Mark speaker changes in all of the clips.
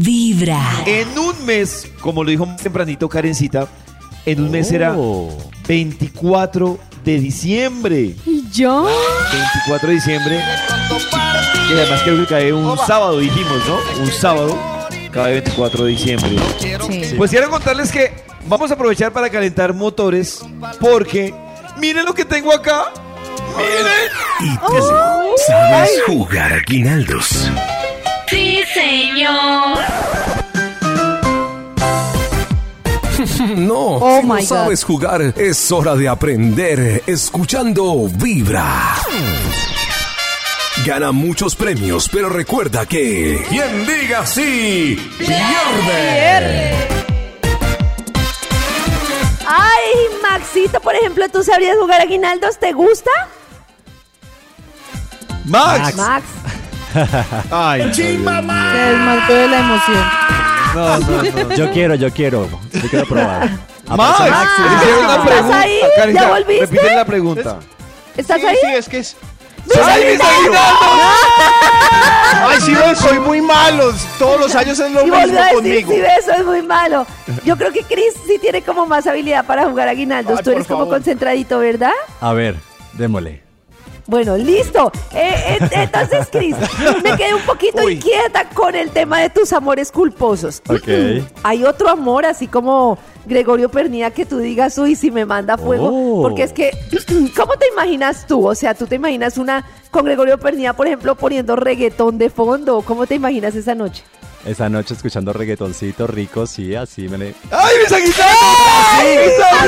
Speaker 1: Vibra.
Speaker 2: En un mes, como lo dijo más tempranito Karencita, en un mes será
Speaker 3: Oh.
Speaker 2: 24 de diciembre.
Speaker 4: ¿Y yo?
Speaker 2: 24 de diciembre. Y además creo que cae un sábado, dijimos, ¿no? Un sábado, cada 24 de diciembre.
Speaker 4: Sí.
Speaker 2: Pues quiero contarles que vamos a aprovechar para calentar motores porque miren lo que tengo acá. Miren.
Speaker 5: Y tú sabes jugar a guinaldos.
Speaker 6: Sí, señor.
Speaker 5: No,
Speaker 4: Oh
Speaker 5: si no
Speaker 4: my God.
Speaker 5: sabes jugar, es hora de aprender escuchando Vibra. Gana muchos premios, pero recuerda que quien diga sí pierde.
Speaker 3: Ay, Maxito, por ejemplo, ¿tú sabrías jugar a guinaldos? ¿Te gusta?
Speaker 2: Max.
Speaker 3: Max.
Speaker 2: Ay,
Speaker 4: Se desmarcó de la emoción.
Speaker 2: no, no, no.
Speaker 7: Yo quiero, yo quiero. Yo quiero probar.
Speaker 2: Max,
Speaker 7: Abrazo,
Speaker 2: le hicieron una
Speaker 3: ¿estás
Speaker 2: pregunta.
Speaker 3: ahí?
Speaker 2: Karencita,
Speaker 3: ¿Ya volviste?
Speaker 2: Repite la pregunta.
Speaker 3: ¿Estás
Speaker 8: Sí,
Speaker 3: ahí?
Speaker 8: sí, es que es. Pues
Speaker 3: ¡Mis
Speaker 2: ¡Ay, ¡Ah! mis
Speaker 3: aguinaldos!
Speaker 2: aguinaldos!
Speaker 8: Ay, sí, no, soy muy malo. Todos los años es lo
Speaker 3: Y
Speaker 8: mismo
Speaker 3: volvió a decir,
Speaker 8: conmigo.
Speaker 3: sí, eso es muy malo. Yo creo que Chris sí tiene como más habilidad para jugar a guinaldos. Tú
Speaker 8: Ay, por
Speaker 3: eres como
Speaker 8: favor.
Speaker 3: concentradito, ¿verdad?
Speaker 7: A ver, démosle.
Speaker 3: Bueno, listo. Eh, eh, entonces, Cris, me quedé un poquito
Speaker 2: Uy.
Speaker 3: inquieta con el tema de tus amores culposos.
Speaker 7: Ok.
Speaker 3: Hay otro amor, así como Gregorio Pernía, que tú digas, uy, si me manda fuego.
Speaker 7: Oh.
Speaker 3: Porque es que, ¿cómo te imaginas tú? O sea, tú te imaginas una con Gregorio Pernía, por ejemplo, poniendo reggaetón de fondo. ¿Cómo te imaginas esa noche?
Speaker 7: Esa noche escuchando reggaetoncito rico, sí, así me le...
Speaker 2: ¡Ay, mis aguinaldos! ¡Ay,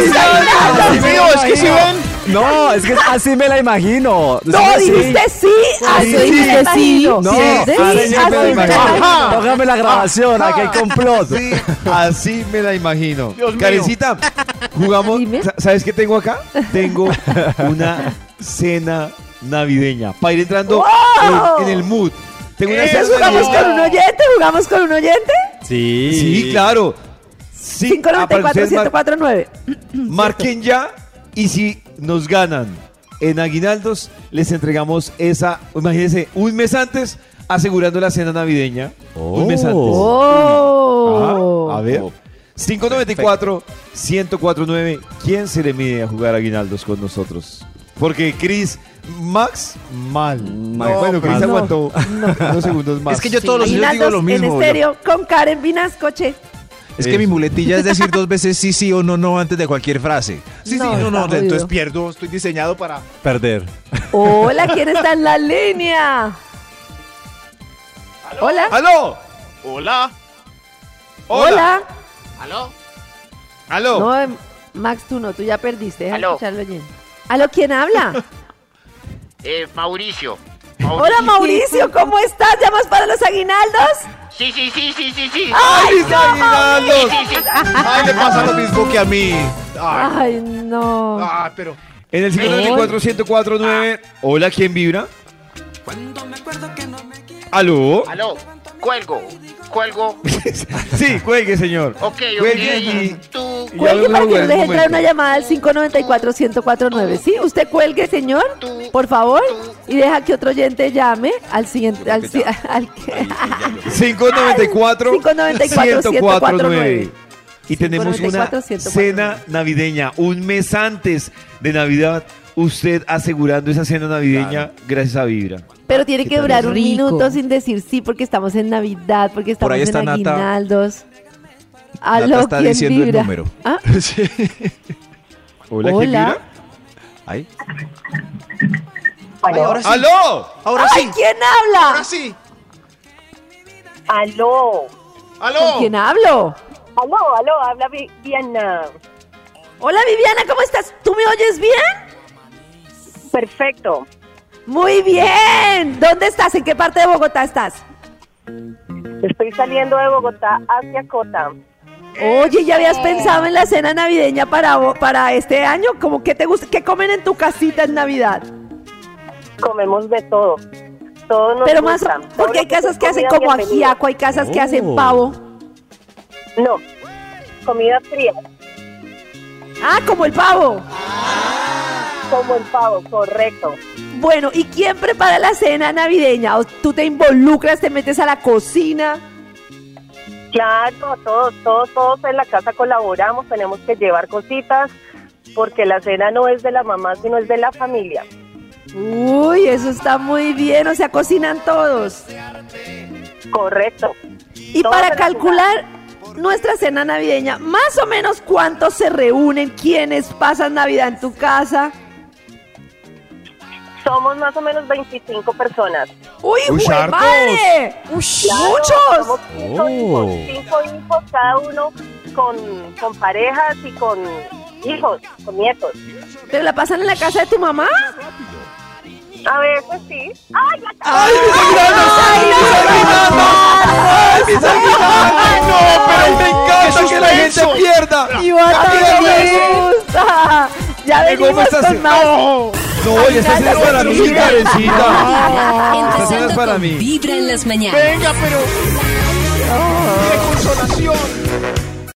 Speaker 2: mis aguinaldos!
Speaker 8: Dios mío, es que si ven.
Speaker 7: No, es que así me la imagino.
Speaker 3: No, dijiste sí, así
Speaker 7: Sí,
Speaker 3: me
Speaker 4: dijiste sí.
Speaker 3: imagino.
Speaker 7: No,
Speaker 3: Sí,
Speaker 7: así
Speaker 3: así
Speaker 7: Ah, me la
Speaker 3: me
Speaker 7: imagino.
Speaker 3: imagino.
Speaker 7: Tócame la grabación, aquí hay complot.
Speaker 2: Sí, así me la imagino.
Speaker 8: Dios mío.
Speaker 2: Karencita, jugamos.
Speaker 3: Dime.
Speaker 2: sa- ¿Sabes qué tengo acá? Tengo una cena navideña para ir entrando
Speaker 3: ¡Wow!
Speaker 2: en, en el mood. Tengo una
Speaker 8: ¡Eso,
Speaker 2: cena
Speaker 3: ¿Jugamos
Speaker 2: navideña.
Speaker 3: con un oyente? ¿Jugamos con un oyente?
Speaker 7: Sí.
Speaker 2: Sí, claro. Sí, ah, para que ustedes mar-
Speaker 3: 594-1049.
Speaker 2: marquen ya y si nos ganan en Aguinaldos, les entregamos esa, imagínense, un mes antes asegurando la cena navideña. Un mes antes.
Speaker 7: Oh.
Speaker 3: ¡Oh!
Speaker 2: Ajá, a ver. 594-1049. ¿Quién se le mide a jugar aguinaldos con nosotros? Porque Chris, Max, mal.
Speaker 8: No,
Speaker 2: bueno, Chris
Speaker 8: mal.
Speaker 2: aguantó unos segundos más.
Speaker 8: Es que yo todos los años digo
Speaker 3: Aguinaldos
Speaker 8: lo
Speaker 3: en
Speaker 8: mismo. yo-
Speaker 3: estéreo con Karen Vinascoche.
Speaker 8: Es que mi muletilla es decir dos veces sí, sí o no, no antes de cualquier frase. Sí,
Speaker 3: No,
Speaker 8: sí, no,
Speaker 3: está
Speaker 8: no.
Speaker 3: jodido.
Speaker 8: Entonces pierdo, estoy diseñado para.
Speaker 7: Perder.
Speaker 3: Hola, ¿quién está en la línea? Hola.
Speaker 2: ¡Aló!
Speaker 8: Hola.
Speaker 3: Hola.
Speaker 2: ¡Aló!
Speaker 3: No, em, Max, tú no, tú ya perdiste. Deja
Speaker 9: Aló.
Speaker 3: escucharlo bien. ¿Aló quién habla?
Speaker 9: Eh, Mauricio.
Speaker 3: Hola, Mauricio, ¿cómo estás? ¿Llamas para los aguinaldos?
Speaker 9: Sí, sí, sí, sí, sí, sí.
Speaker 2: ¡Ay, mis aguinaldos!
Speaker 9: Sí, sí, sí.
Speaker 2: Ah.
Speaker 8: Ay, le pasa lo mismo que a mí. Ay,
Speaker 3: Ay, no.
Speaker 9: Ah,
Speaker 8: ay, pero.
Speaker 2: En el 594-1049. Hola, ¿quién vibra? ¿Aló?
Speaker 9: Aló, cuelgo, cuelgo.
Speaker 2: Sí, cuelgue, señor.
Speaker 9: Ok, ok.
Speaker 2: Cuelgue y-
Speaker 9: Tú,
Speaker 2: y
Speaker 3: Cuelgue
Speaker 2: hablemos
Speaker 3: para que
Speaker 2: en
Speaker 3: nos
Speaker 2: el
Speaker 3: deje entrar
Speaker 2: momento.
Speaker 3: una llamada al 594-1049. Sí, usted cuelgue, señor, por favor, y deja que otro oyente llame al siguiente. Al, si- al que-
Speaker 2: 594
Speaker 3: 1049.
Speaker 2: Y tenemos una
Speaker 3: 594-1049.
Speaker 2: cena navideña, un mes antes de Navidad, usted asegurando esa cena navideña gracias a Vibra.
Speaker 3: Pero tiene que durar un
Speaker 4: Rico.
Speaker 3: minuto sin decir sí porque estamos en Navidad, porque estamos
Speaker 8: ahí está
Speaker 3: en
Speaker 8: Nata.
Speaker 3: aguinaldos.
Speaker 8: Nata
Speaker 3: Aló,
Speaker 8: está
Speaker 3: ¿quién
Speaker 8: diciendo el
Speaker 3: vibra?
Speaker 8: número.
Speaker 3: Ah,
Speaker 8: Sí.
Speaker 2: Hola, ¿quién
Speaker 3: Hola.
Speaker 2: vibra?
Speaker 8: Ay. Ay, ahora sí.
Speaker 2: ¡Aló!
Speaker 8: Ahora
Speaker 3: ¡Ay,
Speaker 8: sí.
Speaker 3: ¿quién habla?
Speaker 8: Ahora sí.
Speaker 10: Aló,
Speaker 3: ¿Con quién hablo?
Speaker 10: aló, aló, habla ah, Vi- Viana.
Speaker 3: Hola, Viviana, ¿cómo estás? ¿Tú me oyes bien?
Speaker 10: Perfecto.
Speaker 3: Muy bien. ¿Dónde estás? ¿En qué parte de Bogotá estás?
Speaker 10: Estoy saliendo de Bogotá hacia Cota.
Speaker 3: Oye, ¿ya habías pensado en la cena navideña para, vo- para este año? ¿Cómo que te gusta? ¿Qué comen en tu casita en Navidad?
Speaker 10: Comemos de todo. Todo nos
Speaker 3: Pero más,
Speaker 10: gusta. Todo
Speaker 3: porque
Speaker 10: lo
Speaker 3: hay casas
Speaker 10: sea
Speaker 3: que hacen
Speaker 10: comida,
Speaker 3: como
Speaker 10: bienvenido.
Speaker 3: ajiaco, hay casas que hacen
Speaker 7: Oh.
Speaker 3: pavo.
Speaker 10: No, comida fría,
Speaker 3: Ah, como el pavo.
Speaker 10: como el pavo, correcto.
Speaker 3: Bueno, ¿y quién prepara la cena navideña? ¿O ¿Tú te involucras, te metes a la cocina?
Speaker 10: Claro, todos, todos, todos en la casa colaboramos, tenemos que llevar cositas, porque la cena no es de la mamá, sino es de la familia.
Speaker 3: Uy, eso está muy bien, o sea, cocinan todos.
Speaker 10: Correcto.
Speaker 3: Y
Speaker 10: Todos
Speaker 3: para
Speaker 10: en la
Speaker 3: calcular nuestra cena navideña, más o menos cuántos se reúnen, quiénes pasan Navidad en tu casa.
Speaker 10: Somos más o menos 25 personas.
Speaker 3: ¡Uy,
Speaker 2: Uy,
Speaker 3: jue
Speaker 2: hartos.
Speaker 3: madre! Uy,
Speaker 10: Somos
Speaker 3: ¡Muchos!
Speaker 10: cinco,
Speaker 7: Oh.
Speaker 10: hijos, cinco hijos, cada uno con, con parejas y con hijos, con nietos.
Speaker 3: ¿Pero la pasan en la casa de tu mamá?
Speaker 10: A veces sí. ¡Ay, ya está!
Speaker 2: ¡Ay, mis aguinaldos! ¡Mis aguinaldos! ¡Ay, mis aguinaldos! ¡Ay, no! ¡Pero me encanta que la gente pierda!
Speaker 3: ¡Iván, me
Speaker 2: Amigos.
Speaker 3: gusta! Ya
Speaker 2: Llegó
Speaker 3: venimos
Speaker 2: esta
Speaker 3: con
Speaker 2: cena.
Speaker 3: más.
Speaker 2: No, y esta cena es para mí, Karencita. Esta cena
Speaker 6: Empezando
Speaker 2: es para
Speaker 6: con
Speaker 2: mí.
Speaker 6: Vibra en las mañanas.
Speaker 9: Venga, pero. ¡Qué consolación!